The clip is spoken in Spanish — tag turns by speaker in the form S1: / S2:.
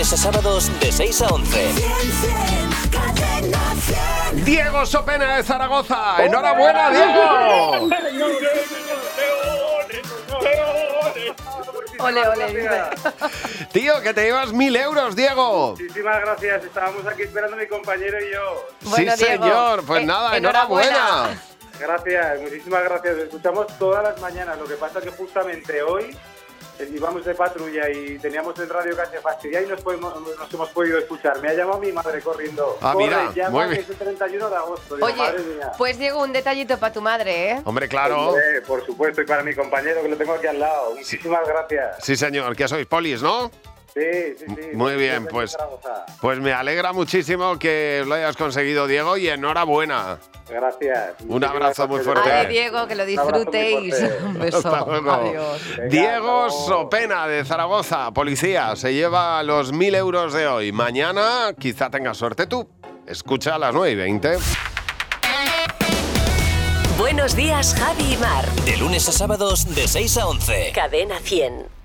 S1: a sábados de 6 a 11.
S2: Diego Sopena de Zaragoza. ¡Enhorabuena, Diego!
S3: Ole, ole, dice.
S2: Tío, que te llevas mil euros, Diego.
S4: Muchísimas gracias. Estábamos aquí esperando mi compañero y yo.
S3: Bueno,
S2: sí,
S3: Diego,
S2: señor. Pues
S3: eh,
S2: nada, enhorabuena.
S3: enhorabuena.
S4: Gracias, muchísimas gracias. Lo Escuchamos todas las mañanas. Lo que pasa es que justamente hoy eh, íbamos de patrulla y teníamos el radio casi fastidiado y nos, podemos- nos hemos podido escuchar. Me ha llamado mi madre corriendo.
S2: Ah,
S4: Corre,
S2: mira,
S4: llama,
S2: muy
S4: que
S2: bien.
S4: Es el 31 de agosto. Digo, madre
S3: Oye,
S4: mía.
S3: pues Diego, un detallito para tu madre, ¿eh?
S2: Hombre, claro.
S4: Hombre, por supuesto, y para mi compañero que lo tengo aquí al lado. Muchísimas gracias.
S2: Sí, señor, que sois polis, ¿no?
S4: Sí, sí, sí.
S2: Muy
S4: Sí,
S2: bien,
S4: desde
S2: pues.
S4: Zaragoza.
S2: Pues me alegra muchísimo que lo hayas conseguido, Diego, y enhorabuena.
S4: Gracias.
S2: Un abrazo muy
S4: Muchísimas gracias.
S2: fuerte.
S3: Ale, Diego, que lo
S4: Un abrazo muy
S3: disfrutéis.
S4: fuerte.
S3: Un beso.
S2: Hasta luego.
S3: Adiós.
S4: Venga,
S2: Diego
S4: hasta luego.
S2: Sopena de Zaragoza, policía, se lleva los mil euros de hoy. Mañana quizá tengas suerte tú. Escucha a las 9 y 20.
S5: Buenos días, Javi y Mar.
S1: De lunes a sábados de 6 a 11.
S5: Cadena 100.